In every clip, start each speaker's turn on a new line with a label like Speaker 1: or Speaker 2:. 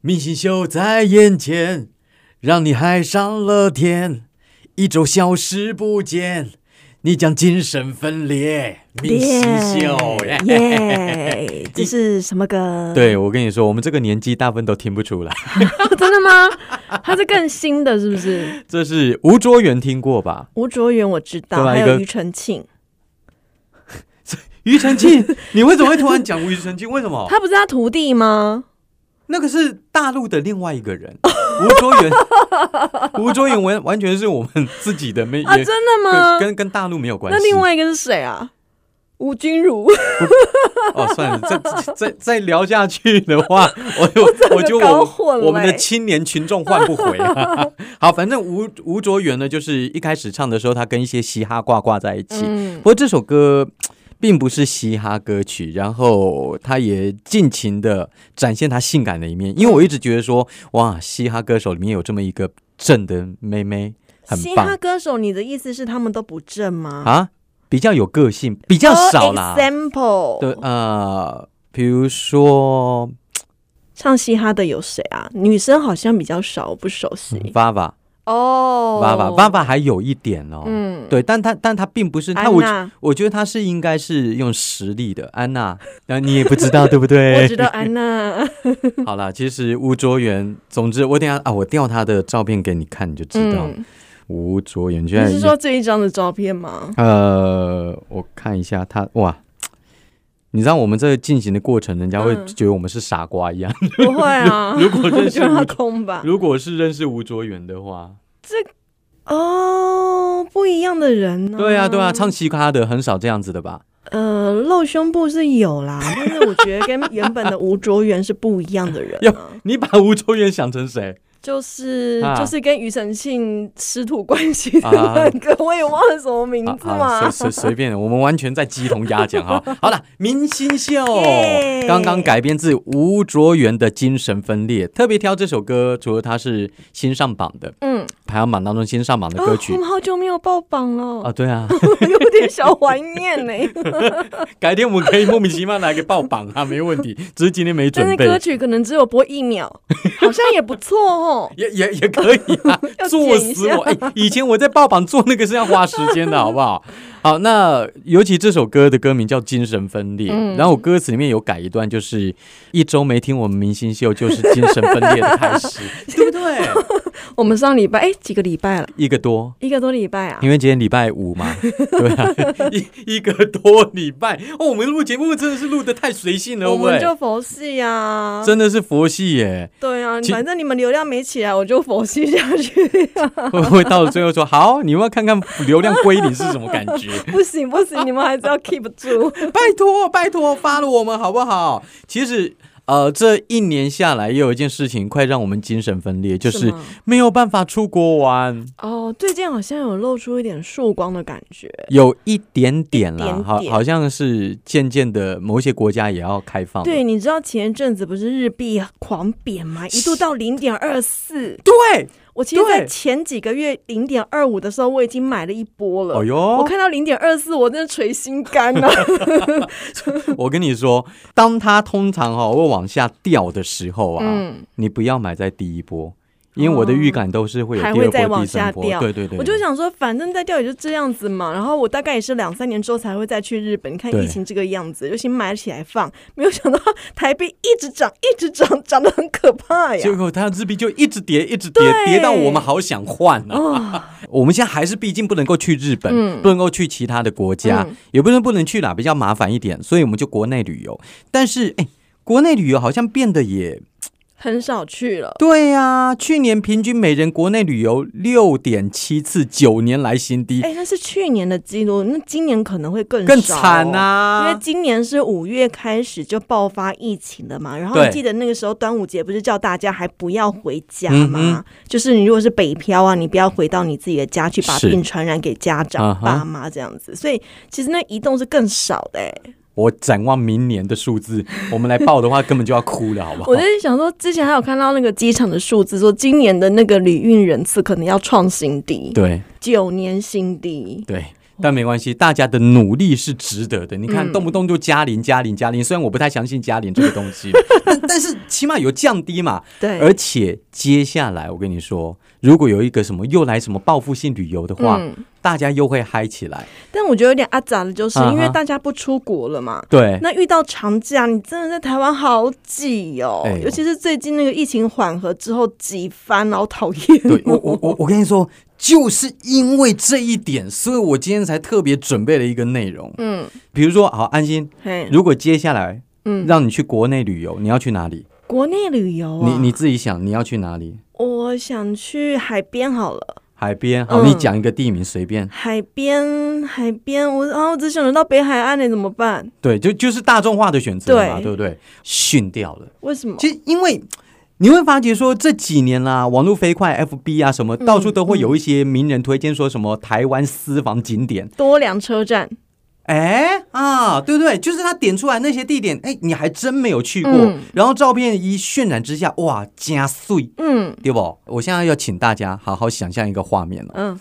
Speaker 1: 明星秀在眼前，让你嗨上了天。一周消失不见，你将精神分裂。明星秀，
Speaker 2: 耶耶！这是什么歌？
Speaker 1: 对，我跟你说，我们这个年纪大部分都听不出来。
Speaker 2: 哦真的吗？它是更新的，是不是？
Speaker 1: 这是吴卓源听过吧？
Speaker 2: 吴卓源我知
Speaker 1: 对
Speaker 2: 道，
Speaker 1: 吧
Speaker 2: 还
Speaker 1: 一
Speaker 2: 有
Speaker 1: 个
Speaker 2: 庾澄庆，
Speaker 1: 庾澄 庆，你为什么会突然讲庾澄庆？为什么？
Speaker 2: 他不是他徒弟吗？
Speaker 1: 那个是大陆的另外一个人，吴卓 源。吴卓源完完全是我们自己的，没也、
Speaker 2: 啊，真的吗
Speaker 1: 跟？跟跟大陆没有关系。
Speaker 2: 那另外一个是谁啊？吴君如，
Speaker 1: 哦，算了，再再 再再聊下去的 话，我就我就
Speaker 2: 搞
Speaker 1: 我
Speaker 2: 混了
Speaker 1: 我们的
Speaker 2: 欸
Speaker 1: 青年群众换不回、啊。好，反正吴吴卓源呢，就是一开始唱的时候，他跟一些嘻哈挂挂在一起。
Speaker 2: 嗯
Speaker 1: 不，过这首歌并不是嘻哈歌曲，然后他也尽情的展现他性感的一面。因为我一直觉得说，哇，嘻哈歌手里面有这么一个正的妹妹，很
Speaker 2: 嘻哈
Speaker 1: 棒
Speaker 2: 歌手，你的意思是他们都不正吗？
Speaker 1: 啊，比较有个性，比较
Speaker 2: 哦
Speaker 1: 少啦。
Speaker 2: For
Speaker 1: 对
Speaker 2: example，
Speaker 1: 呃，比如说
Speaker 2: 唱嘻哈的有谁啊？女生好像比较少，我不熟悉。
Speaker 1: Vava
Speaker 2: 哦
Speaker 1: Vava Vava 还有一点哦，
Speaker 2: 嗯，
Speaker 1: 对，但他但他并不是他，
Speaker 2: 安
Speaker 1: 我
Speaker 2: 娜，
Speaker 1: 我觉得他是应该是用实力的安娜，那你也不知道对不对？
Speaker 2: 我知道安
Speaker 1: 哎
Speaker 2: 娜，
Speaker 1: 好啦，其实吴卓源，总之我等一下啊，我调他的照片给你看，你就知道、
Speaker 2: 嗯
Speaker 1: 吴卓源居
Speaker 2: 你
Speaker 1: 然
Speaker 2: 是说这一张的照 片吗？
Speaker 1: 呃，我看一下他哇。你知道我们这个进行的过程，人家会
Speaker 2: 嗯
Speaker 1: 觉得我们是傻瓜一样。
Speaker 2: 不会啊，
Speaker 1: 如 果认识
Speaker 2: 就让它
Speaker 1: 吴
Speaker 2: 空吧。
Speaker 1: 如果是认识吴卓源的话，
Speaker 2: 哦，不一样的人呢、
Speaker 1: 对啊对啊，唱嘻哈的很少这样子的吧？
Speaker 2: 呃，露胸部是有啦，但是我觉 得跟原本的吴卓源是不一样的人、啊，
Speaker 1: 你把吴卓源想成谁？
Speaker 2: 就是、
Speaker 1: 啊
Speaker 2: 就是跟庾澄庆师徒关系的那个，我也忘了什么名字嘛。
Speaker 1: 啊，随随随便，我们完全在鸡同鸭 讲哈。好了，明星秀
Speaker 2: 耶
Speaker 1: 刚刚改编自吴卓源的《精神分裂》，特别挑这首歌，除了它是新上榜的
Speaker 2: 嗯，
Speaker 1: 排行榜当中新上榜的
Speaker 2: 啊
Speaker 1: 歌曲
Speaker 2: 我们好久没有爆榜了，
Speaker 1: 啊，对啊，
Speaker 2: 有点小怀念呢、
Speaker 1: 改天我们可以莫名其妙来个爆榜啊，没问题，只是今天没
Speaker 2: 但
Speaker 1: 准
Speaker 2: 是
Speaker 1: 备
Speaker 2: 歌，曲可能只有播一秒，好像也不错哦。
Speaker 1: 也也也可以啊
Speaker 2: 要，
Speaker 1: 作
Speaker 2: 剪一
Speaker 1: 死
Speaker 2: 下
Speaker 1: 我！哎、以前我在爆榜做那个是要花时间的，好不 好？好，那尤其这首歌的歌名叫《精神分裂》，
Speaker 2: 嗯
Speaker 1: 然后我歌词里面有改一段，就是一周没听我们明星秀，就是精神分裂的开 始，对不对？
Speaker 2: 我们上礼拜哎、几个礼拜了，
Speaker 1: 一个多。
Speaker 2: 一个多礼拜啊
Speaker 1: 因。为今天礼拜五 嘛，对啊，一一个多礼拜哦，我们录节目真的是录的太随性了，
Speaker 2: 我
Speaker 1: 会
Speaker 2: 们
Speaker 1: 不
Speaker 2: 就
Speaker 1: 会
Speaker 2: 佛系啊，
Speaker 1: 真的是佛系耶，
Speaker 2: 对啊，
Speaker 1: 其
Speaker 2: 反正你们流量没起来，我就佛系下去。
Speaker 1: 会不会到了最后说好，你们要看看流量归零是什么感觉？
Speaker 2: 不行不 行，你们还是要 keep 住。
Speaker 1: 拜托拜托，发了我们好不好？其实，呃，这一年下来，也有一件事情快让我们精神分裂，就
Speaker 2: 什
Speaker 1: 是
Speaker 2: 么
Speaker 1: 没有办法出国玩，
Speaker 2: 哦，最近好像有露出一点曙光的感觉。
Speaker 1: 有一点点啦，
Speaker 2: 呃一点点
Speaker 1: 好，好像是渐渐的，某一些国家也要开放了。
Speaker 2: 对，你知道前一阵子不是日币狂贬吗？一度到零点二四。
Speaker 1: 对，
Speaker 2: 我其实，
Speaker 1: 对
Speaker 2: 在前几个月零点二五的时候，我已经买了一波了。
Speaker 1: 哦
Speaker 2: 呃我
Speaker 1: 哟，
Speaker 2: 看到零点二四，我真的捶心肝啊呐、
Speaker 1: 我跟你说，当它通常哈、会往下掉的时候啊，
Speaker 2: 嗯，
Speaker 1: 你不要买在第一波。因为我的预感都是会有
Speaker 2: 还
Speaker 1: 第
Speaker 2: 会
Speaker 1: 二
Speaker 2: 再
Speaker 1: 波、
Speaker 2: 往
Speaker 1: 第三
Speaker 2: 下
Speaker 1: 波，
Speaker 2: 掉
Speaker 1: 对对对，
Speaker 2: 我就想说，反正再掉也就这样子嘛。然后我大概也是两三年之后才会再去日本，你看
Speaker 1: 对
Speaker 2: 疫情这个样子，就先买起来放。没有想到台币一直涨，一直涨，涨得很可怕
Speaker 1: 结
Speaker 2: 呀。
Speaker 1: 果它日币就一直跌，一直跌，
Speaker 2: 对
Speaker 1: 跌到我们好想换啊！
Speaker 2: 哦，
Speaker 1: 我们现在还是毕竟不能够去日本，
Speaker 2: 嗯
Speaker 1: 不能够去其他的国家，
Speaker 2: 嗯
Speaker 1: 也不能不能去啦，比较麻烦一点，所以我们就国内旅游。但是，哎，国内旅游好像变得也
Speaker 2: 很少去了。
Speaker 1: 对呀、去年平均每人国内旅游六点七次，九年来新低，
Speaker 2: 哎、那是去年的记录，那今年可能会更
Speaker 1: 更
Speaker 2: 少哦
Speaker 1: 惨
Speaker 2: 因为
Speaker 1: 啊！
Speaker 2: 今年是五月开始就爆发疫情了嘛，然后
Speaker 1: 对
Speaker 2: 你记得那个时候端午节不是叫大家还不要回家
Speaker 1: 嗯
Speaker 2: 吗？就是你如果是北漂啊，你不要回到你自己的家去把
Speaker 1: 是
Speaker 2: 病传染给家
Speaker 1: 啊
Speaker 2: 长、
Speaker 1: 哈
Speaker 2: 爸妈这样子，所以其实那移动是更少的、欸。
Speaker 1: 我展望明年的数字，我们来报的话， 根本就要哭了，好不好
Speaker 2: 我？在想说，之前还有看到那个机场的数字，说今年的那个旅运人次可能要创新低，
Speaker 1: 对
Speaker 2: 九年新低。
Speaker 1: 对。但没关系，大家的努力是值得的。你看，
Speaker 2: 哦嗯
Speaker 1: 动不动就加零、加零、加零。虽然我不太相信加零这个东西，但但但是起码有降低嘛。
Speaker 2: 对，
Speaker 1: 而且接下来我跟你说，如果有一个什么又来什么报复性旅游的话，
Speaker 2: 嗯，
Speaker 1: 大家又会嗨起来。
Speaker 2: 但我觉得有点阿杂的，就是
Speaker 1: 啊哈
Speaker 2: 因为大家不出国了嘛。
Speaker 1: 对，
Speaker 2: 那遇到长假，你真的在台湾好挤哦，
Speaker 1: 哎呦
Speaker 2: 尤其是最近那个疫情缓和之后，挤翻了，好讨厌哦、
Speaker 1: 对我我我我跟你说，就是因为这一点，所以我今天才特别准备了一个内容。
Speaker 2: 嗯，
Speaker 1: 比如说，好安心，
Speaker 2: 嘿，
Speaker 1: 如果接下来
Speaker 2: 嗯，
Speaker 1: 让你去国内旅游，你要去哪里？
Speaker 2: 国内旅游、啊，
Speaker 1: 你你自己想，你要去哪里？
Speaker 2: 我想去海边好了，
Speaker 1: 海边？好，
Speaker 2: 嗯
Speaker 1: 你讲一个地名，随便。
Speaker 2: 海边海边，我啊，我只想得到北海岸，你欸怎么办？
Speaker 1: 对，就就是大众化的选择嘛，
Speaker 2: 对
Speaker 1: 对不对？训掉了。
Speaker 2: 为什么？
Speaker 1: 其实因为你会发觉说这几年啦、网络飞快、FB 啊什么，到处都会有一些名人推荐说什么台湾私房景点。
Speaker 2: 多良车站，
Speaker 1: 哎、啊，对不对？就是他点出来那些地点，哎，你还真没有去过。
Speaker 2: 嗯
Speaker 1: 然后照片一渲染之下，哇，加碎，
Speaker 2: 嗯
Speaker 1: 对不？我现在要请大家好好想象一个画面哦，
Speaker 2: 嗯，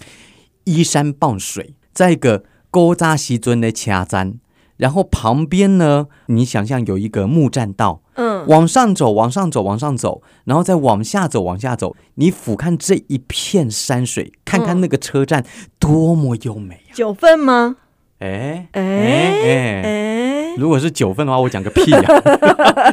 Speaker 1: 依山傍水，在一个勾扎西尊的掐站，然后旁边呢，你想象有一个木栈道，
Speaker 2: 嗯，
Speaker 1: 往上走，往上走，往上走，然后再往下走，往下走。你俯瞰这一片山水，看看那个车站多么优美呀、
Speaker 2: 九份吗？
Speaker 1: 哎
Speaker 2: 哎
Speaker 1: 哎哎！
Speaker 2: 哎，
Speaker 1: 如果是九份的话，我讲个屁呀、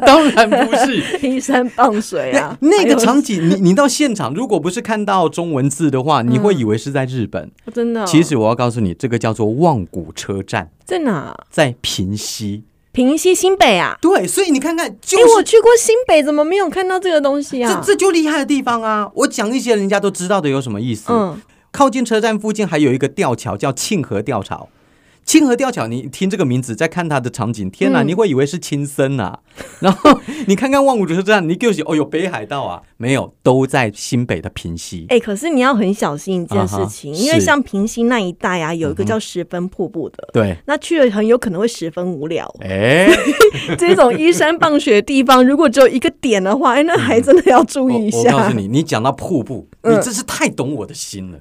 Speaker 1: 当然不是。
Speaker 2: 依山傍水啊，
Speaker 1: 那个
Speaker 2: 城
Speaker 1: 场景，你你到现场，如果不是看到中文字的话，你会以为是在日本。
Speaker 2: 真的哦、
Speaker 1: 其实我要告诉你，这个叫做望古车站，
Speaker 2: 在哪？
Speaker 1: 在平西。
Speaker 2: 平西新北啊。
Speaker 1: 对，所以你看看，就
Speaker 2: 哎、我去过新北，怎么没有看到这个东西啊？
Speaker 1: 这这就厉害的地方啊！我讲一些人家都知道的有什么意思？
Speaker 2: 嗯，
Speaker 1: 靠近车站附近还有一个吊桥叫庆河吊桥。庆河吊桥，你听这个名字，再看它的场景，天哪，
Speaker 2: 嗯
Speaker 1: 你会以为是青森啊！ 然后你看看万古车站，你就是哦哟北海道啊，没有，都在新北的平西。
Speaker 2: 哎、可是你要很小心一件事情，
Speaker 1: 啊哈
Speaker 2: 因为
Speaker 1: 是嗯
Speaker 2: 像平西那一带啊，有一个叫十分瀑布的，
Speaker 1: 对，
Speaker 2: 那去了很有可能会十分无聊。
Speaker 1: 哎，
Speaker 2: 这种依山傍水的地方，如果只有一个点的话，哎，那还真的要注
Speaker 1: 我
Speaker 2: 意一
Speaker 1: 我
Speaker 2: 下。
Speaker 1: 告诉你，你讲到瀑布，你
Speaker 2: 嗯
Speaker 1: 真是太懂我的心了，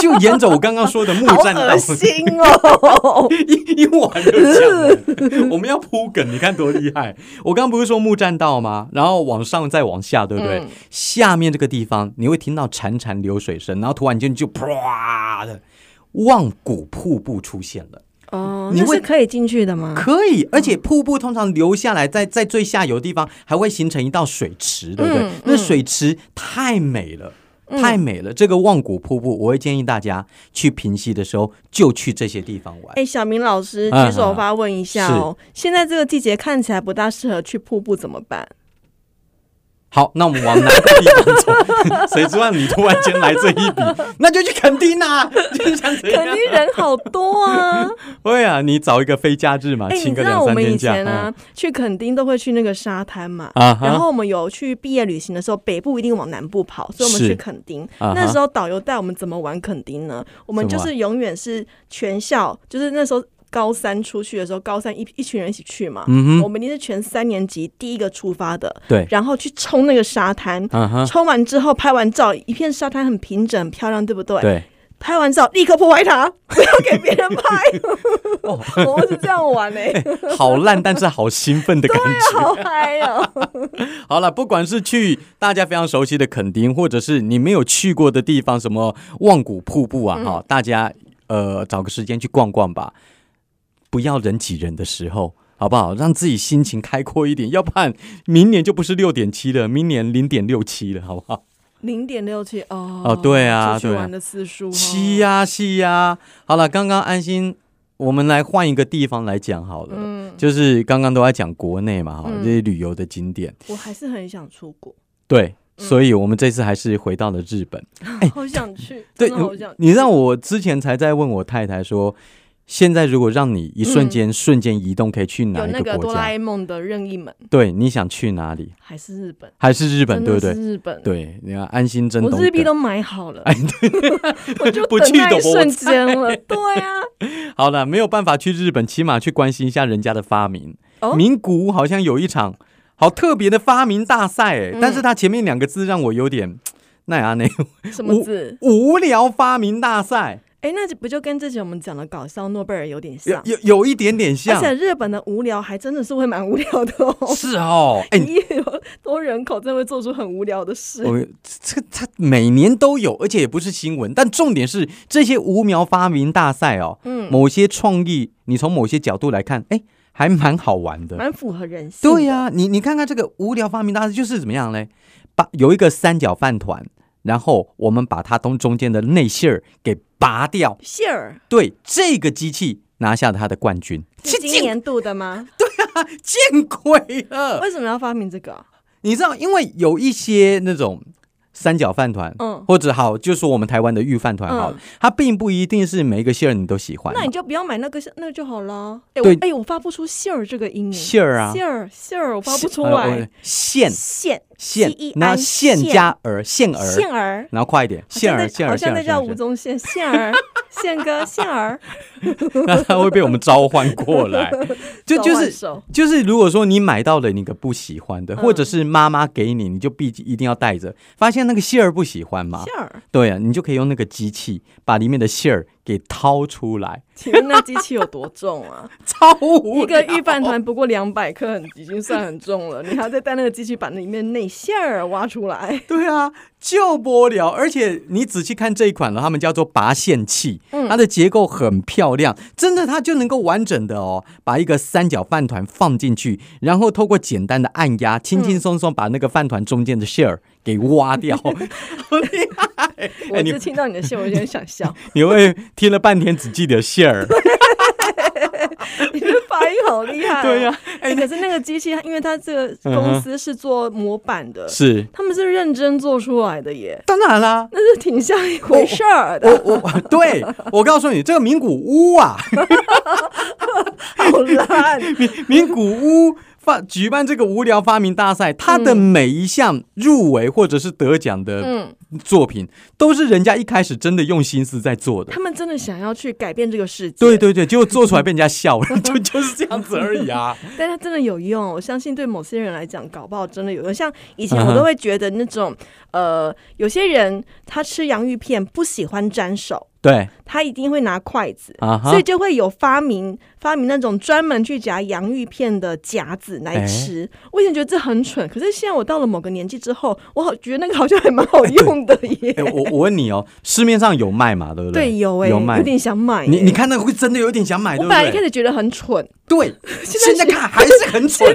Speaker 1: 就沿着我刚刚说的木
Speaker 2: 好
Speaker 1: 栈道
Speaker 2: 恶，心哦！
Speaker 1: 一一晚就讲
Speaker 2: 嗯
Speaker 1: 了， 我们要铺梗，你看多厉害！我刚刚不是说木栈道吗？然后往上再往下，对不对？
Speaker 2: 嗯
Speaker 1: 下面这个地方你会听到潺潺流水声，然后突然间就啪的望古瀑布出现了。
Speaker 2: 哦，
Speaker 1: 你
Speaker 2: 那
Speaker 1: 会
Speaker 2: 是可以进去的吗？
Speaker 1: 可以，而且瀑布通常流下来，在在最下游地方还会形成一道水池，对不对？
Speaker 2: 嗯
Speaker 1: 那水池太美了。太美了！这个望古瀑布，我会建议大家去平溪的时候就去这些地方玩。
Speaker 2: 哎，小明老师，
Speaker 1: 嗯
Speaker 2: 举手发问一
Speaker 1: 啊
Speaker 2: 下哦。现在这个季节看起来不大适合去瀑布，怎么 办？
Speaker 1: 好，那我们往南个地方走？ 谁知道你突然间来这一笔，那就去垦丁啊！就是想怎
Speaker 2: 肯
Speaker 1: 样？
Speaker 2: 定人好多啊！
Speaker 1: 会啊，你找一个非假日嘛，
Speaker 2: 哎，
Speaker 1: 请
Speaker 2: 你
Speaker 1: 啊个
Speaker 2: 知
Speaker 1: 两
Speaker 2: 道我
Speaker 1: 三
Speaker 2: 们以
Speaker 1: 天嗯假
Speaker 2: 前啊，去垦丁都会去那个沙滩嘛。
Speaker 1: 啊
Speaker 2: 然
Speaker 1: 哈！
Speaker 2: 后我们有去毕业旅行的时候，北部一定往南部跑，所以我们
Speaker 1: 是
Speaker 2: 去垦丁。
Speaker 1: 啊哈
Speaker 2: 那时候导游带我们怎么玩垦丁呢？我们
Speaker 1: 怎
Speaker 2: 就
Speaker 1: 么玩
Speaker 2: 是永远是全校，就是那时候高三出去的时候，高三一一群人一起去嘛。
Speaker 1: 嗯哼，
Speaker 2: 我们一定是全三年级第一个出发的，
Speaker 1: 对，
Speaker 2: 然后去冲那个沙滩。
Speaker 1: 啊哈，
Speaker 2: 冲完之后拍完照，一片沙滩很平整、很漂亮，对不对？
Speaker 1: 对，
Speaker 2: 拍完照立刻破坏它，不要给别 人拍。 我们是这样玩欸嘞、
Speaker 1: 好烂，但是好兴奋的感觉。
Speaker 2: 好嗨哦！
Speaker 1: 好了，不管是去大家非常熟悉的垦丁，或者是你没有去过的地方，什么望古瀑布啊，
Speaker 2: 嗯
Speaker 1: 哈、大家呃找个时间去逛逛吧，不要人挤人的时候。好不好？让自己心情开阔一点，要不然明年就不是六点七了，明年零点六七了，好不好？
Speaker 2: 零点六七哦，
Speaker 1: 哦对啊
Speaker 2: 出去
Speaker 1: 对啊
Speaker 2: 玩的次数、哦、
Speaker 1: 七呀、七呀、好了，刚刚安心，我们来换一个地方来讲好了，
Speaker 2: 嗯，
Speaker 1: 就是刚刚都在讲国内嘛，哈、
Speaker 2: 嗯
Speaker 1: 这些旅游的景点。
Speaker 2: 我还是很想出国，
Speaker 1: 对，
Speaker 2: 嗯
Speaker 1: 所以我们这次还是回到了日本。
Speaker 2: 好想去，
Speaker 1: 哎对
Speaker 2: 真的好想去
Speaker 1: 你让我之前才在问我太太说，现在如果让你一瞬间、瞬间移动，可以去哪
Speaker 2: 嗯有
Speaker 1: 一
Speaker 2: 那个
Speaker 1: 国
Speaker 2: 哆啦
Speaker 1: 家？
Speaker 2: A 梦的任意门，
Speaker 1: 对，你想去哪里？
Speaker 2: 还是日本？
Speaker 1: 还是日本，
Speaker 2: 真
Speaker 1: 对
Speaker 2: 的
Speaker 1: 不
Speaker 2: 是
Speaker 1: 对？
Speaker 2: 日本，
Speaker 1: 对，你看安心真
Speaker 2: 我
Speaker 1: 懂
Speaker 2: 日币
Speaker 1: 梗。
Speaker 2: 都买好了，
Speaker 1: 哎，
Speaker 2: 我就
Speaker 1: 不
Speaker 2: 等
Speaker 1: 去
Speaker 2: 那
Speaker 1: 都
Speaker 2: 一
Speaker 1: 不
Speaker 2: 瞬间 了。对啊，
Speaker 1: 好了，没有办法去日本，起码去关心一下人家的发明。
Speaker 2: 哦
Speaker 1: 名古屋好像有一场好特别的发明大赛，哎、
Speaker 2: 嗯
Speaker 1: 但是它前面两个字让我有点那样呢，
Speaker 2: 什么字？
Speaker 1: 无聊发明大赛。
Speaker 2: 哎，那就不就跟之前我们讲的搞笑诺贝尔有点像？
Speaker 1: 有有一点点
Speaker 2: 啊
Speaker 1: 像，
Speaker 2: 而且日本的无聊还真的是会蛮无聊的哦。
Speaker 1: 是哦，哎、
Speaker 2: 一亿多人口真的会做出很无聊的事。
Speaker 1: 我哦这个它每年都有，而且也不是新闻。但重点是这些无苗发明大赛哦，
Speaker 2: 嗯，
Speaker 1: 某些创意，你从某些角度来看，哎，还蛮好玩的。
Speaker 2: 蛮符合人性的。
Speaker 1: 对啊呀、你你看看这个无聊发明大赛就是怎么样嘞？把有一个三角饭团，然后我们把它从中间的内馅儿给拔掉，
Speaker 2: 馅儿
Speaker 1: 对，这个机器拿下它的冠军。
Speaker 2: 是
Speaker 1: 这
Speaker 2: 今
Speaker 1: 见
Speaker 2: 年度的吗？
Speaker 1: 见鬼了！
Speaker 2: 为什么要发明这个啊？
Speaker 1: 你知道，因为有一些那种三角饭团，
Speaker 2: 嗯，
Speaker 1: 或者好，就说我们台湾的御饭团好了，它并不一定是每一个馅儿你都喜欢。
Speaker 2: 那你就不要买那个馅，那个就好了。哎，
Speaker 1: 对
Speaker 2: 我哎，我发不出馅儿这个音哎，
Speaker 1: 馅儿啊
Speaker 2: 馅儿馅儿，我发不出
Speaker 1: 呃
Speaker 2: 来
Speaker 1: 我。馅
Speaker 2: 馅
Speaker 1: 馅
Speaker 2: C E E，I，
Speaker 1: 那馅加儿馅儿，
Speaker 2: 馅儿，
Speaker 1: 然后快一点，馅儿馅
Speaker 2: 好
Speaker 1: 儿馅
Speaker 2: 像
Speaker 1: 儿
Speaker 2: 那
Speaker 1: 馅
Speaker 2: 叫
Speaker 1: 儿
Speaker 2: 吴
Speaker 1: 馅
Speaker 2: 宗宪，馅儿 宪哥馅儿，
Speaker 1: 儿，那 它会被我们召唤过 来。就
Speaker 2: 手
Speaker 1: 就
Speaker 2: 挽
Speaker 1: 是
Speaker 2: 手
Speaker 1: 就是，如果说你买到了那个不喜欢的，
Speaker 2: 嗯
Speaker 1: 或者是妈妈给你，你就必一定要带着。发现那个馅儿不喜欢嘛，
Speaker 2: 馅儿。
Speaker 1: 对啊，你就可以用那个机器把里面的馅儿给掏出来，
Speaker 2: 请问那机器有多重 啊？
Speaker 1: 超无
Speaker 2: 一个
Speaker 1: 聊。
Speaker 2: 预饭团不过两百克，很已经算很重 了。你还要再带那个机器把里面内馅儿挖出来。
Speaker 1: 对啊，就不聊。而且你仔细看这一款了，他们叫做拔线器，
Speaker 2: 嗯
Speaker 1: 它的结构很漂亮，真的它就能够完整的哦，把一个三角饭团放进去，然后透过简单的按压，轻轻松松把那个饭团中间的馅儿给挖 掉。好厉害！
Speaker 2: 我
Speaker 1: 你
Speaker 2: 就听到你的馅，我有点想笑。
Speaker 1: 你会听了半天只记得馅儿，
Speaker 2: 你的发音好厉害、
Speaker 1: 对呀、、
Speaker 2: 哎，可是那个机器，因为它这个公司是做模板的，
Speaker 1: 是
Speaker 2: 他们是认真做出来的耶，
Speaker 1: 当然啦。
Speaker 2: 那是挺像一回事儿
Speaker 1: 我
Speaker 2: 的，
Speaker 1: 我对我告诉你，这个名古屋啊，
Speaker 2: 好 烂。
Speaker 1: 名古屋发举办这个无聊发明大赛，它的每一项入围或者是得奖的
Speaker 2: 嗯，
Speaker 1: 作品，都是人家一开始真的用心思在做的
Speaker 2: 他。们真的想要去改变这个世界，
Speaker 1: 对，对对，结果做出来被人家笑 了，就就是这样子而已啊。
Speaker 2: 但它真的有用，我相信对某些人来讲，搞不好真的有用。像以前
Speaker 1: 嗯哼
Speaker 2: 我都会觉得那种，呃，有些人他吃洋芋片不喜欢沾手，
Speaker 1: 对
Speaker 2: 他一定会拿筷子。
Speaker 1: 啊哈
Speaker 2: 所以，就会有发明发明那种专门去夹洋芋片的夹子来吃。
Speaker 1: 哎
Speaker 2: 我以前觉得这很蠢，可是现在我到了某个年纪之后，我好觉得那个好像还蛮好 用的耶。
Speaker 1: 哎我我问你哦，市面上有卖嘛？对不对？
Speaker 2: 对，有哎、
Speaker 1: 有卖
Speaker 2: 有。点想买耶、
Speaker 1: 你你看那个会真的有点想买，对
Speaker 2: 我
Speaker 1: 不
Speaker 2: 本来一开
Speaker 1: 对？
Speaker 2: 始觉得很蠢，
Speaker 1: 对，现
Speaker 2: 在
Speaker 1: 在看还是很 蠢，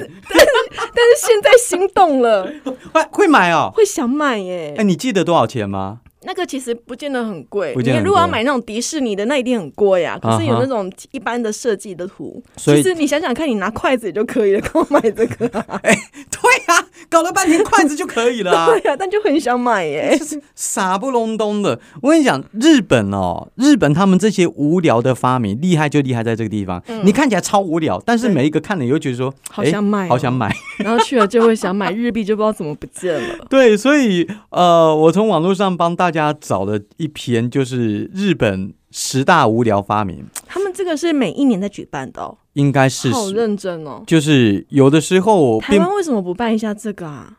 Speaker 2: 但是现在心动了，
Speaker 1: 会会买哦。
Speaker 2: 会想买耶、
Speaker 1: 哎，你记得多少钱吗？
Speaker 2: 那个其实不见得很贵，
Speaker 1: 不见得很贵
Speaker 2: 你如果要买那种迪士尼的，那一定很贵
Speaker 1: 啊
Speaker 2: 呀、
Speaker 1: 哈
Speaker 2: 可是有那种一般的设计的图，
Speaker 1: 所以
Speaker 2: 其实你想想看，你拿筷子也就可以了，跟我买这个、啊，
Speaker 1: 对啊，搞了半天筷子就可以了 啊。哎
Speaker 2: 对呀、但就很想买耶、
Speaker 1: 就是 傻不隆咚的。我跟你讲，日本哦，日本他们这些无聊的发明厉害就厉害在这个地方，你看起来超无聊，但是每一个看了你就觉得说，
Speaker 2: 嗯好
Speaker 1: 诶
Speaker 2: 想买哦
Speaker 1: 好想买。
Speaker 2: 然后去了就会想买日币，就不知道怎么不见了。
Speaker 1: 对，所以呃，我从网络上帮大家找了一篇，就是日本十大无聊发明，
Speaker 2: 他们这个是每一年在举办的、哦，
Speaker 1: 应该是
Speaker 2: 好
Speaker 1: 十
Speaker 2: 认真哦。
Speaker 1: 就是有的时候
Speaker 2: 台
Speaker 1: 并
Speaker 2: 湾为什么不办一下这个啊？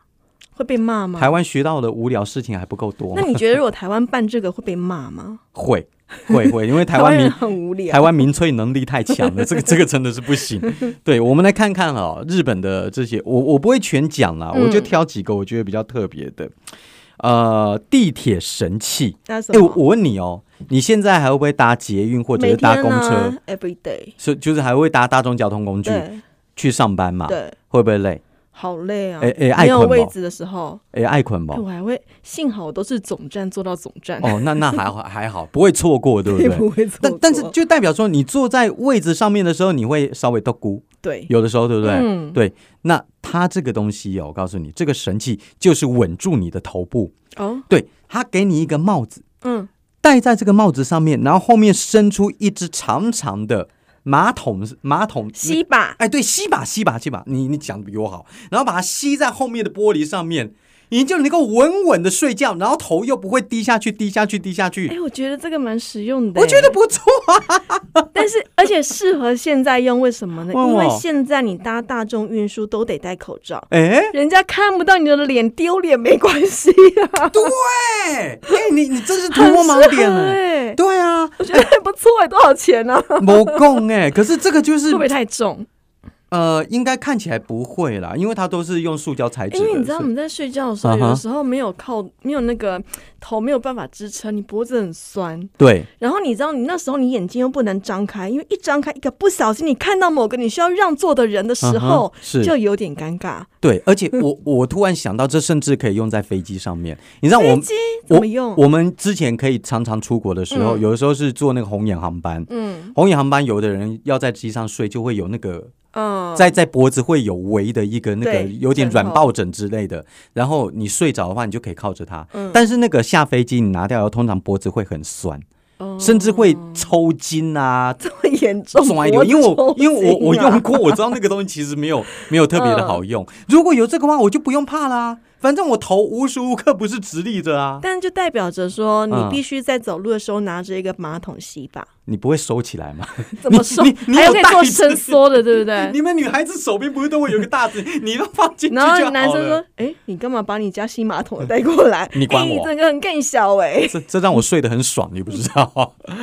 Speaker 2: 会被骂吗？
Speaker 1: 台湾学到的无聊事情还不够多
Speaker 2: 那，你觉得如果台湾办这个会被骂吗？
Speaker 1: 会会会，因为台湾民
Speaker 2: 人很无聊。
Speaker 1: 台湾民粹能力太强 了，这个这个真的是不行。对，我们来看看哦，日本的这些，我我不会全讲啦，
Speaker 2: 嗯
Speaker 1: 我就挑几个我觉得比较特别的。呃，地铁神器，
Speaker 2: 那什
Speaker 1: 哎、
Speaker 2: 么？
Speaker 1: 我我问你哦，你现在还会不会搭捷运或者
Speaker 2: 每
Speaker 1: 是搭
Speaker 2: 天
Speaker 1: 公车？
Speaker 2: 呢 e v e r y day。
Speaker 1: 是就是还会搭大众交通工具
Speaker 2: 对
Speaker 1: 去上班嘛？
Speaker 2: 对，
Speaker 1: 会不会累？
Speaker 2: 好累啊！
Speaker 1: 哎哎爱
Speaker 2: 没有
Speaker 1: 捆
Speaker 2: 位
Speaker 1: 绑
Speaker 2: 置的时候，
Speaker 1: 哎、爱捆
Speaker 2: 哎
Speaker 1: 吧。
Speaker 2: 我还会幸好我都是总站坐到总站，
Speaker 1: 哦，那那还 好还好，不会错过，对不
Speaker 2: 也
Speaker 1: 对？
Speaker 2: 不会错
Speaker 1: 但
Speaker 2: 过。
Speaker 1: 但是就代表说，你坐在位置上面的时候，你会稍微都咕，
Speaker 2: 对，
Speaker 1: 有的时候对不对？
Speaker 2: 嗯
Speaker 1: 对，那它这个东西哦，我告诉你，这个神器就是稳住你的头部，
Speaker 2: 哦，
Speaker 1: 对，它给你一个帽子，
Speaker 2: 嗯，
Speaker 1: 戴在这个帽子上面，然后后面伸出一只长长的马桶马桶
Speaker 2: 吸把
Speaker 1: 哎，对，吸把吸把吸把，你你讲的比我好，然后把它吸在后面的玻璃上面，你就能够稳稳的睡觉，然后头又不会低下去、低下去、低下
Speaker 2: 哎、
Speaker 1: 去。
Speaker 2: 我觉得这个蛮实用的、欸
Speaker 1: 我觉得，不错啊，
Speaker 2: 但是而且适合现在用，为什么呢？
Speaker 1: 为什么
Speaker 2: 因为现在你搭大众运输都得戴口罩，
Speaker 1: 哎、
Speaker 2: 人家看不到你的脸，丢脸没关系啊。
Speaker 1: 哎、你你真是突
Speaker 2: 很
Speaker 1: 破
Speaker 2: 适
Speaker 1: 盲点
Speaker 2: 合
Speaker 1: 了、
Speaker 2: 哎
Speaker 1: 啊对啊，
Speaker 2: 我觉得还不错哎、多少钱 呢、啊？
Speaker 1: 某共哎，可是这个就是
Speaker 2: 会不会太重？
Speaker 1: 呃，应该看起来不会啦，因为它都是用塑胶材质的。
Speaker 2: 因为你知道我
Speaker 1: 所以
Speaker 2: 们在睡觉的时候，
Speaker 1: 啊哈
Speaker 2: 有的时候没有靠，没有那个头没有办法支撑，你脖子很酸。
Speaker 1: 对，
Speaker 2: 然后你知道，你那时候你眼睛又不能张开，因为一张开一个不小心，你看到某个你需要让座的人的时候
Speaker 1: 嗯哼，是
Speaker 2: 就有点尴尬。
Speaker 1: 对，而且我我突然想到，这甚至可以用在飞机上面。你知道我
Speaker 2: 飞
Speaker 1: 们
Speaker 2: 机怎
Speaker 1: 我
Speaker 2: 么用？
Speaker 1: 我们之前可以常常出国的时候，
Speaker 2: 嗯
Speaker 1: 有的时候是坐那个红眼航班。
Speaker 2: 嗯
Speaker 1: 红眼航班有的人要在机上睡，就会有那个
Speaker 2: 嗯，
Speaker 1: 在在脖子会有围的一个那个
Speaker 2: 对
Speaker 1: 有点
Speaker 2: 枕
Speaker 1: 软
Speaker 2: 头
Speaker 1: 抱枕之类的，然后你睡着的话，你就可以靠着它。
Speaker 2: 嗯
Speaker 1: 但是那个下飞机你拿掉以后，通常脖子会很酸，
Speaker 2: 哦
Speaker 1: 甚至会抽筋啊，
Speaker 2: 这么严重，
Speaker 1: 爽一
Speaker 2: 脖
Speaker 1: 点，
Speaker 2: 子
Speaker 1: 因为我
Speaker 2: 抽筋
Speaker 1: 因为我我
Speaker 2: 啊嗯
Speaker 1: 用过，我知道那个东西其实没 有没有特别的好用。如果有这个话，我就不用怕啦，反正我头无时无刻不是直立着啊。
Speaker 2: 但就代表着说，你
Speaker 1: 嗯
Speaker 2: 必须在走路的时候拿着一个马桶吸吧？
Speaker 1: 你不会收起来吗？
Speaker 2: 怎么说
Speaker 1: 你你？
Speaker 2: 还有
Speaker 1: 有
Speaker 2: 可以
Speaker 1: 带
Speaker 2: 做
Speaker 1: 子
Speaker 2: 伸缩的，对不对？
Speaker 1: 你们女孩子手边不是都会有个大 字， 你都放进去就
Speaker 2: 然
Speaker 1: 好
Speaker 2: 后
Speaker 1: 了。
Speaker 2: 男生说：“哎、你干嘛把你家吸马桶的带过来？
Speaker 1: 你 管我
Speaker 2: 哎你这个人更小 哎、
Speaker 1: 这这让我睡得很爽，你不知 道。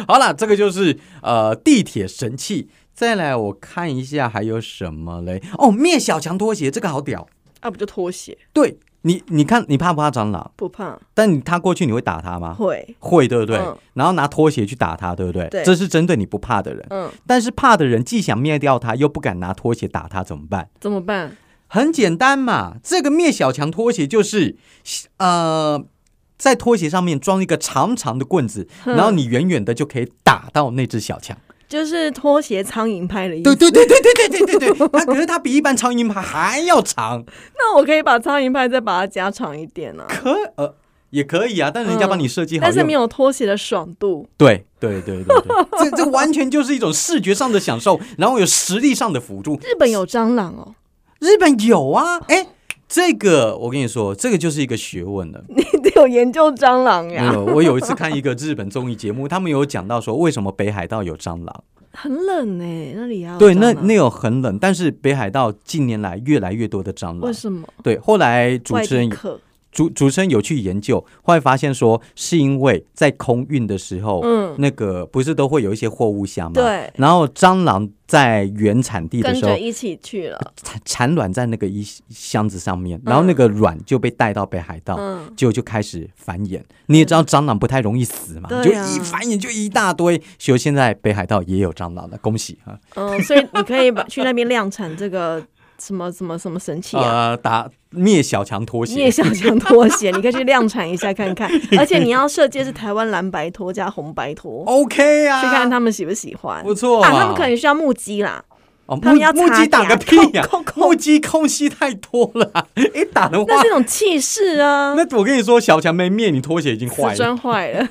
Speaker 1: 好啦，这个就是呃地铁神器。再来，我看一下还有什么嘞？哦，灭小强拖鞋，这个好屌。
Speaker 2: 啊，不就拖鞋？
Speaker 1: 对你，你看你怕不怕蟑螂？
Speaker 2: 不怕，
Speaker 1: 但你他过去你会打他吗？
Speaker 2: 会，
Speaker 1: 会，对不对？
Speaker 2: 嗯
Speaker 1: 然后拿拖鞋去打他，对不对？
Speaker 2: 对
Speaker 1: 这是针对你不怕的人。
Speaker 2: 嗯，
Speaker 1: 但是怕的人既想灭掉他，又不敢拿拖鞋打他，怎么办？
Speaker 2: 怎么办？
Speaker 1: 很简单嘛，这个灭小强拖鞋就是，呃，在拖鞋上面装一个长长的棍子，
Speaker 2: 嗯
Speaker 1: 然后你远远的就可以打到那只小强。
Speaker 2: 就是拖鞋苍蝇拍的意思。
Speaker 1: 对对对对对对对对对，它可是它比一般苍蝇拍还要长，
Speaker 2: 那我可以把苍蝇拍再把它加长一点啊，
Speaker 1: 可呃也可以啊，但是人家帮你设计好
Speaker 2: 但是
Speaker 1: 用
Speaker 2: 没有拖鞋的爽 度。
Speaker 1: 对对对对对，这这完全就是一种视觉上的享受，然后有实力上的辅助。
Speaker 2: 日本有蟑螂 哦，
Speaker 1: 日本有啊，哎，这个我跟你说，这个就是一个学问了。
Speaker 2: 你得有研究蟑螂
Speaker 1: 没
Speaker 2: 呀，
Speaker 1: 有，我有一次看一个日本综艺节目，他们有讲到说为什么北海道有蟑螂。
Speaker 2: 很冷哎、那里啊。
Speaker 1: 对，那哦那有很冷，但是北海道近年来越来越多的蟑
Speaker 2: 为
Speaker 1: 螂。
Speaker 2: 什么？
Speaker 1: 对，后来主持人
Speaker 2: 外地客
Speaker 1: 主主持人有去研究，后来发现说是因为在空运的时候，
Speaker 2: 嗯，
Speaker 1: 那个不是都会有一些货物箱吗？。
Speaker 2: 对，
Speaker 1: 然后蟑螂在原产地的
Speaker 2: 跟
Speaker 1: 时
Speaker 2: 着
Speaker 1: 候，
Speaker 2: 一起去了。
Speaker 1: 产产卵在那个一箱子上面，然后那个卵就被带到北海道，
Speaker 2: 嗯，
Speaker 1: 就就开始繁衍。你也知道蟑螂不太容易死嘛，
Speaker 2: 对
Speaker 1: 就
Speaker 2: 啊
Speaker 1: 一繁衍就一大堆。所以现在北海道也有蟑螂了，恭喜啊！
Speaker 2: 嗯，所以你可以把去那边量产这个什么什么什么神器啊。
Speaker 1: 呃，打灭小强拖
Speaker 2: 你也
Speaker 1: 鞋，
Speaker 2: 想讲拖 鞋，你可以去量产一下看看，而且你要设计的是台湾蓝白拖加红白拖，
Speaker 1: OK 啊，
Speaker 2: 去看看他们喜不喜欢。
Speaker 1: 不错
Speaker 2: 啊，
Speaker 1: 嘛
Speaker 2: 他们可能需要木屐啦，
Speaker 1: 哦，
Speaker 2: 他
Speaker 1: 木
Speaker 2: 们要
Speaker 1: 木
Speaker 2: 擦
Speaker 1: 屐打
Speaker 2: 夹
Speaker 1: 个屁呀、
Speaker 2: 扣扣扣
Speaker 1: 木屐空隙太多了， 一打的话
Speaker 2: 那，是一种气势 啊，
Speaker 1: 那我跟你说，小强没灭，你拖鞋已经坏
Speaker 2: 瓷
Speaker 1: 了。
Speaker 2: 砖坏 了。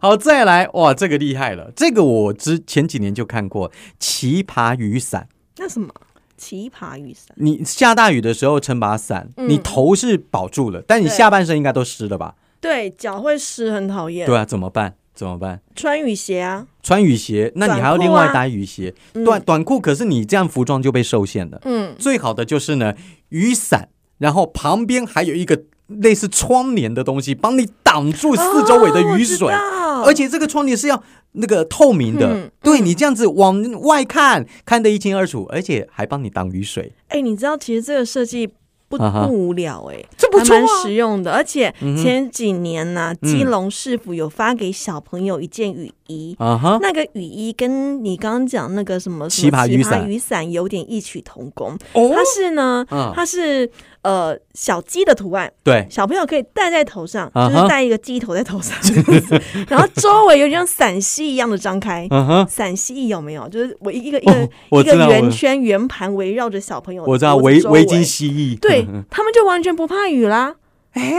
Speaker 1: 好，再来，哇，这个厉害了，这个我之前几年就看过，奇葩雨伞。
Speaker 2: 那什么奇葩雨伞，
Speaker 1: 你下大雨的时候撑把伞，
Speaker 2: 嗯
Speaker 1: 你头是保住了，但你
Speaker 2: 对
Speaker 1: 下半身应该都湿了吧？
Speaker 2: 对，脚会湿，很讨厌。
Speaker 1: 对啊，怎么办？怎么办？
Speaker 2: 穿雨鞋啊，
Speaker 1: 穿雨鞋，那你还要
Speaker 2: 短裤啊
Speaker 1: 另外搭雨鞋，
Speaker 2: 嗯
Speaker 1: 短短裤，可是你这样服装就被受限了。
Speaker 2: 嗯，
Speaker 1: 最好的就是呢，雨伞，然后旁边还有一个类似窗帘的东西，帮你挡住四周围的雨水。
Speaker 2: 哦我知道
Speaker 1: 而且这个窗帘是要那个透明的，
Speaker 2: 嗯
Speaker 1: 对你这样子往外看，看得一清二楚，而且还帮你挡雨水，
Speaker 2: 哎、你知道其实这个设计不、
Speaker 1: 啊哈
Speaker 2: 不无聊哎、
Speaker 1: 这不
Speaker 2: 还
Speaker 1: 错啊
Speaker 2: 蛮实用的。而且前几年呐，
Speaker 1: 嗯
Speaker 2: 基隆市府有发给小朋友一件雨衣。
Speaker 1: 啊哈，
Speaker 2: 那个雨衣跟你刚刚讲那个什么
Speaker 1: 奇葩雨伞
Speaker 2: 什么奇葩雨伞有点异曲同工，
Speaker 1: 哦
Speaker 2: 它是呢，
Speaker 1: 嗯
Speaker 2: 它是呃小鸡的图案，
Speaker 1: 对，
Speaker 2: 小朋友可以戴在头上，
Speaker 1: 啊哈
Speaker 2: 就是戴一个鸡头在头上，这样子 然后周围有点像伞戏一样的张开，
Speaker 1: 嗯 哼，
Speaker 2: 伞戏有没有？ 就是我一个一个
Speaker 1: 哦我
Speaker 2: 一个
Speaker 1: 知道
Speaker 2: 圆
Speaker 1: 我
Speaker 2: 圈圆盘围绕着小朋友，
Speaker 1: 我知道围围巾，嗯蜥蜴，
Speaker 2: 对他们就完全不怕雨啦。 哎、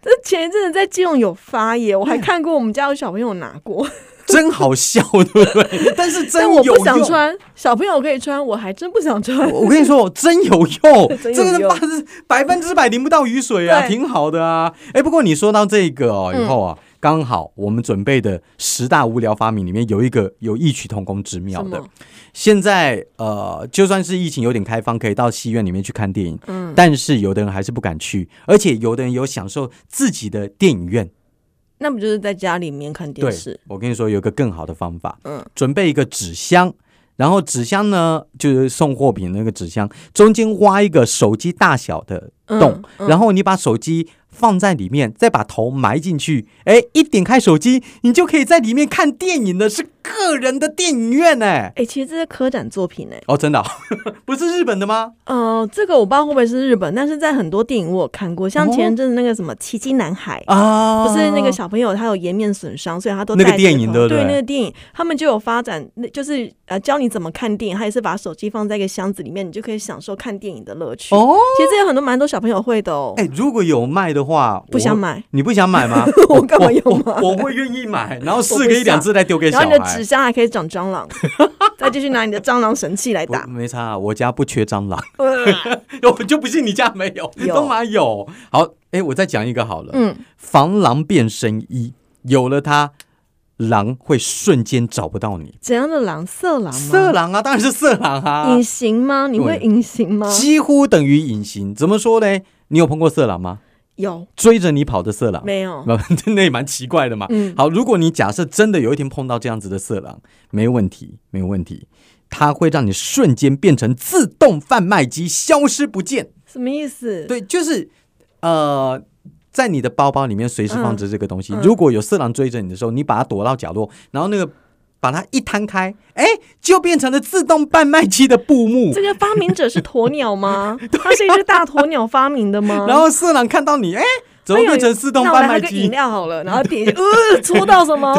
Speaker 2: 这前一阵子在基隆有发耶，我还看过我们家有小朋友拿过，
Speaker 1: 真好笑，对不对？但是真
Speaker 2: 但我
Speaker 1: 有
Speaker 2: 不想
Speaker 1: 用。哦
Speaker 2: 穿，小朋友可以穿，我还真不想穿。，
Speaker 1: 我跟你说，我真有用
Speaker 2: 真有
Speaker 1: 这个
Speaker 2: 用
Speaker 1: 八十百分之百淋不到雨水啊，
Speaker 2: 对
Speaker 1: 挺好的啊。哎，不过你说到这个哦，以后啊，刚好我们准备的十大无聊发明里面有一个有异曲同工之妙
Speaker 2: 什
Speaker 1: 的
Speaker 2: 么。？
Speaker 1: 现在呃，就算是疫情有点开放，可以到戏院里面去看电影，
Speaker 2: 嗯，
Speaker 1: 但是有的人还是不敢去，而且有的人有享受自己的电影院。
Speaker 2: 那不就是在家里面看电
Speaker 1: 对
Speaker 2: 视？，
Speaker 1: 我跟你说，有一个更好的方法，
Speaker 2: 嗯，
Speaker 1: 准备一个纸箱，然后纸箱呢就是送货品那个纸箱，中间挖一个手机大小的洞，
Speaker 2: 嗯嗯
Speaker 1: 然后你把手机放在里面，再把头埋进去，哎，一点开手机，你就可以在里面看电影了，是个人的电影院呢、
Speaker 2: 哎、其实这是科展作品哎、
Speaker 1: 哦，真的哦、 不是日本的吗？
Speaker 2: 嗯、这个我不知道会不会是日本，但是在很多电影我有看过，像
Speaker 1: 哦
Speaker 2: 前阵子那个什么《奇迹男孩》
Speaker 1: 啊，
Speaker 2: 不是那个小朋友他有颜面损伤，所以他都
Speaker 1: 那个
Speaker 2: 戴
Speaker 1: 电
Speaker 2: 这
Speaker 1: 影
Speaker 2: 头
Speaker 1: 对不
Speaker 2: 对
Speaker 1: 对
Speaker 2: 那个电影，他们就有发展，那就是呃教你怎么看电影，他也是把手机放在一个箱子里面，你就可以享受看电影的乐趣。
Speaker 1: 哦，
Speaker 2: 其实这有很多蛮多小朋友会的哦，
Speaker 1: 哎，如果有卖的话，
Speaker 2: 不想
Speaker 1: 我。
Speaker 2: 买。？
Speaker 1: 你不想买吗
Speaker 2: 我干嘛要
Speaker 1: 我
Speaker 2: 买
Speaker 1: 我我会愿意买，然后
Speaker 2: 我
Speaker 1: 试
Speaker 2: 不
Speaker 1: 个一两
Speaker 2: 想
Speaker 1: 次再丢给小
Speaker 2: 然
Speaker 1: 孩。
Speaker 2: 后你的纸箱还可以长 蟑螂，再继续拿你的蟑螂神器来
Speaker 1: 不
Speaker 2: 打。
Speaker 1: 没差、啊，我家不缺蟑螂，
Speaker 2: 呃
Speaker 1: 我就不信你家没有，
Speaker 2: 有
Speaker 1: 都嘛有。好，哎，我再讲一个好了，
Speaker 2: 嗯，
Speaker 1: 防狼变身衣，有了它，狼会瞬间找不到你。
Speaker 2: 怎样的狼？色狼吗？
Speaker 1: 色狼啊，当然是色狼啊
Speaker 2: 隐，形吗？你会
Speaker 1: 对
Speaker 2: 隐形吗？
Speaker 1: 几乎等于隐形。怎么说呢？你有碰过色狼吗？
Speaker 2: 有
Speaker 1: 追着你跑的色狼？
Speaker 2: 没有？
Speaker 1: 那也蛮奇怪的嘛。
Speaker 2: 嗯，
Speaker 1: 好，如果你假设真的有一天碰到这样子的色狼，没问题，没有问题，它会让你瞬间变成自动贩卖机，消失不见。
Speaker 2: 什么意思？
Speaker 1: 对，就是呃，在你的包包里面随时放着这个东西。
Speaker 2: 嗯嗯
Speaker 1: 如果有色狼追着你的时候，你把它躲到角落，然后那个把它一摊开，哎，就变成了自动贩卖机的布幕
Speaker 2: 这。个发明者是鸵 鸟吗？
Speaker 1: 啊
Speaker 2: 它是一只大鸵鸟发明的吗？
Speaker 1: 然后色狼看到你，哎，怎么
Speaker 2: 哎呦
Speaker 1: 变成自动
Speaker 2: 那我
Speaker 1: 贩
Speaker 2: 来喝
Speaker 1: 卖
Speaker 2: 个饮
Speaker 1: 机？
Speaker 2: 料好了，然后点一下，呃，戳到什 么？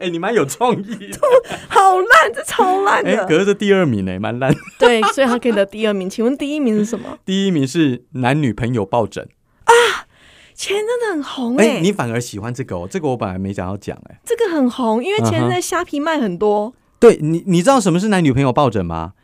Speaker 1: 哎，你蛮有创意的。
Speaker 2: 好烂，这超烂
Speaker 1: 哎，
Speaker 2: 的。
Speaker 1: 隔着第二名呢，蛮烂。
Speaker 2: 对，所以他可以得第二名。请问第一名是什么？
Speaker 1: 第一名是男女朋友抱枕。
Speaker 2: 前阵子很红
Speaker 1: 哎，
Speaker 2: 哎，
Speaker 1: 你反而喜欢这个哦，这个我本来没想要讲哎。
Speaker 2: 这个很红，因为前
Speaker 1: 嗯
Speaker 2: 阵子虾皮卖很
Speaker 1: 啊
Speaker 2: 多。
Speaker 1: 对你，你知道什么是男女朋友抱枕吗？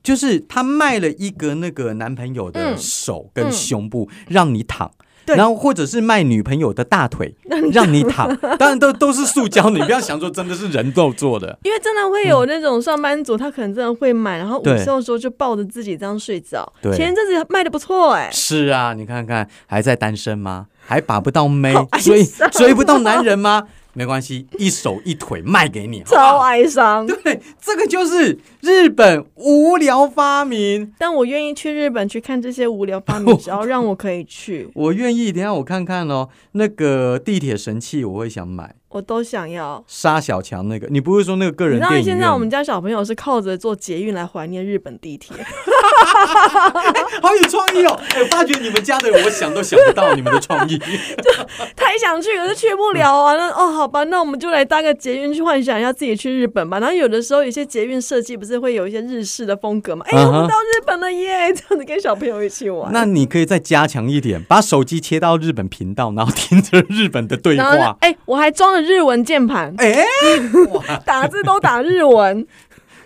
Speaker 1: 就是他卖了一个那个男朋友的
Speaker 2: 嗯
Speaker 1: 手跟胸部、让你躺，
Speaker 2: 对
Speaker 1: 然后或者是卖女朋友的大腿让你躺， 当然都都是塑胶的，你不要想说真的是人肉做的。
Speaker 2: 因为真的会有那种上班族，他可能真的会买，然后午
Speaker 1: 对
Speaker 2: 休的时候就抱着自己这样睡着。
Speaker 1: 对
Speaker 2: 前一阵子卖的不错 哎、
Speaker 1: 是啊，你看看还在单身吗？还把不到妹
Speaker 2: 好哀，
Speaker 1: 追
Speaker 2: 伤啊
Speaker 1: 追不到男人吗？没关系，一手一腿卖给你，好不
Speaker 2: 超
Speaker 1: 好？
Speaker 2: 哀伤。
Speaker 1: 对，这个就是日本无聊发明。
Speaker 2: 但我愿意去日本去看这些无聊 发明，只要让我可以去，
Speaker 1: 我愿意，等一下我看看哦。那个地铁神器我会想买，
Speaker 2: 我都想要。
Speaker 1: 沙小强那个，你不是说那个个
Speaker 2: 你知
Speaker 1: 人
Speaker 2: 道
Speaker 1: 电影
Speaker 2: 现
Speaker 1: 院
Speaker 2: 在
Speaker 1: 吗
Speaker 2: 我们家小朋友是靠着坐捷运来怀念日本地铁，
Speaker 1: 好有创意哦！哎，我发觉你们家的人我想都想不到你们的创 意。
Speaker 2: 太想去可是去不了
Speaker 1: 嗯
Speaker 2: 啊。那哦，好吧，那我们就来搭个捷运去幻想一下自己去日本吧。然后有的时候有些捷运设计不是会有一些日式的风格嘛？哎、
Speaker 1: 嗯
Speaker 2: 我
Speaker 1: 哼
Speaker 2: 们到日本了耶！ 这样子跟小朋友一起玩。
Speaker 1: 那你可以再加强一点，把手机切到日本频道，然后听着日本的对
Speaker 2: 然后呢
Speaker 1: 话？。
Speaker 2: 哎、我还装了日文键盘，
Speaker 1: 哎，
Speaker 2: 打字都打 日文，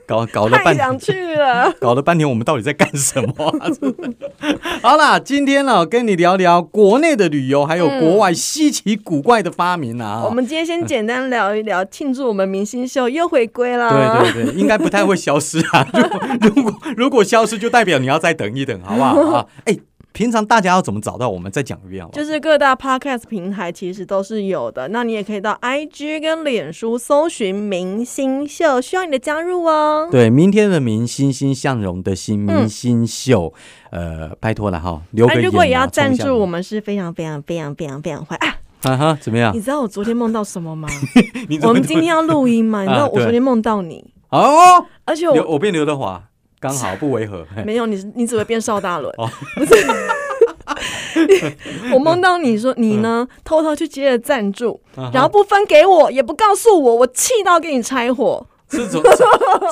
Speaker 1: 搞搞了
Speaker 2: 太
Speaker 1: 半
Speaker 2: 想
Speaker 1: 天，
Speaker 2: 去 了。
Speaker 1: 搞了半天，我们到底在干什么啊、 真的好啦，今天呢、跟你聊聊国内的旅游，还有国外稀奇古怪的发明啊。
Speaker 2: 嗯我们今天先简单聊一聊，庆祝我们明星秀又回归了。
Speaker 1: 对对对，应该不太会消失啊。 如果如果如果消失，就代表你要再等一等，好不 好啊？哎，平常大家要怎么找到我们？再讲一遍好不好
Speaker 2: 就是各大 podcast 平台其实都是有的，那你也可以到 IG 跟脸书搜寻“明星秀”，需要你的加入哦。
Speaker 1: 对，明天的明，欣欣向荣的欣，明星秀，呃，拜托了哈，留个
Speaker 2: 那
Speaker 1: 言、啊。
Speaker 2: 嗯如果也要赞助我
Speaker 1: 们，
Speaker 2: 们，是非常非常非常非常非常欢啊！
Speaker 1: 哈、哈，怎么样
Speaker 2: 你？知道我昨天梦到什么吗？
Speaker 1: 你怎
Speaker 2: 我
Speaker 1: 么
Speaker 2: 们今 天要录音嘛？你知道
Speaker 1: 啊
Speaker 2: 我昨
Speaker 1: 对
Speaker 2: 天梦到你，
Speaker 1: 哦，
Speaker 2: 而且
Speaker 1: 刘
Speaker 2: 我
Speaker 1: 我变刘德华，刚好不违 和。嘿
Speaker 2: 没有你，你只会变邵大伦。
Speaker 1: 哎哦
Speaker 2: 不是，我梦到你说你呢，
Speaker 1: 嗯
Speaker 2: 偷偷去接了赞助，然后不分给我，也不告诉我，我气到给你拆伙。
Speaker 1: 这种这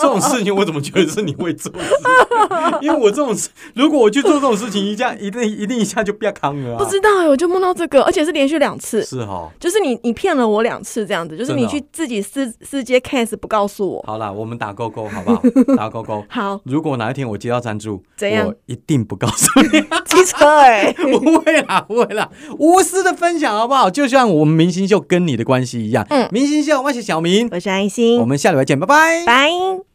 Speaker 1: 这种事情，我怎么觉得是你会做的事 情？因为我这种事，如果我去做这种事情，一下一定一定一下就不要康了、啊。
Speaker 2: 不知道哎、我就梦到这个，而且是连续两次，
Speaker 1: 是哈、
Speaker 2: 就是你你骗了我两次这样子，就是
Speaker 1: 真的
Speaker 2: 你
Speaker 1: 哦
Speaker 2: 去自己私私接 case 不告诉我。
Speaker 1: 好啦，我们打勾勾好不 好？打勾勾。
Speaker 2: 好，
Speaker 1: 如果哪一天我接到赞助，
Speaker 2: 怎样
Speaker 1: 我一定不告诉你。
Speaker 2: 机车哎、
Speaker 1: 不会啦，不会啦，无私的分享好不好？就像我们明星秀跟你的关系一样，
Speaker 2: 嗯
Speaker 1: 明星秀，我是小明，
Speaker 2: 我是安心，
Speaker 1: 我们下礼拜见，拜拜。
Speaker 2: 拜。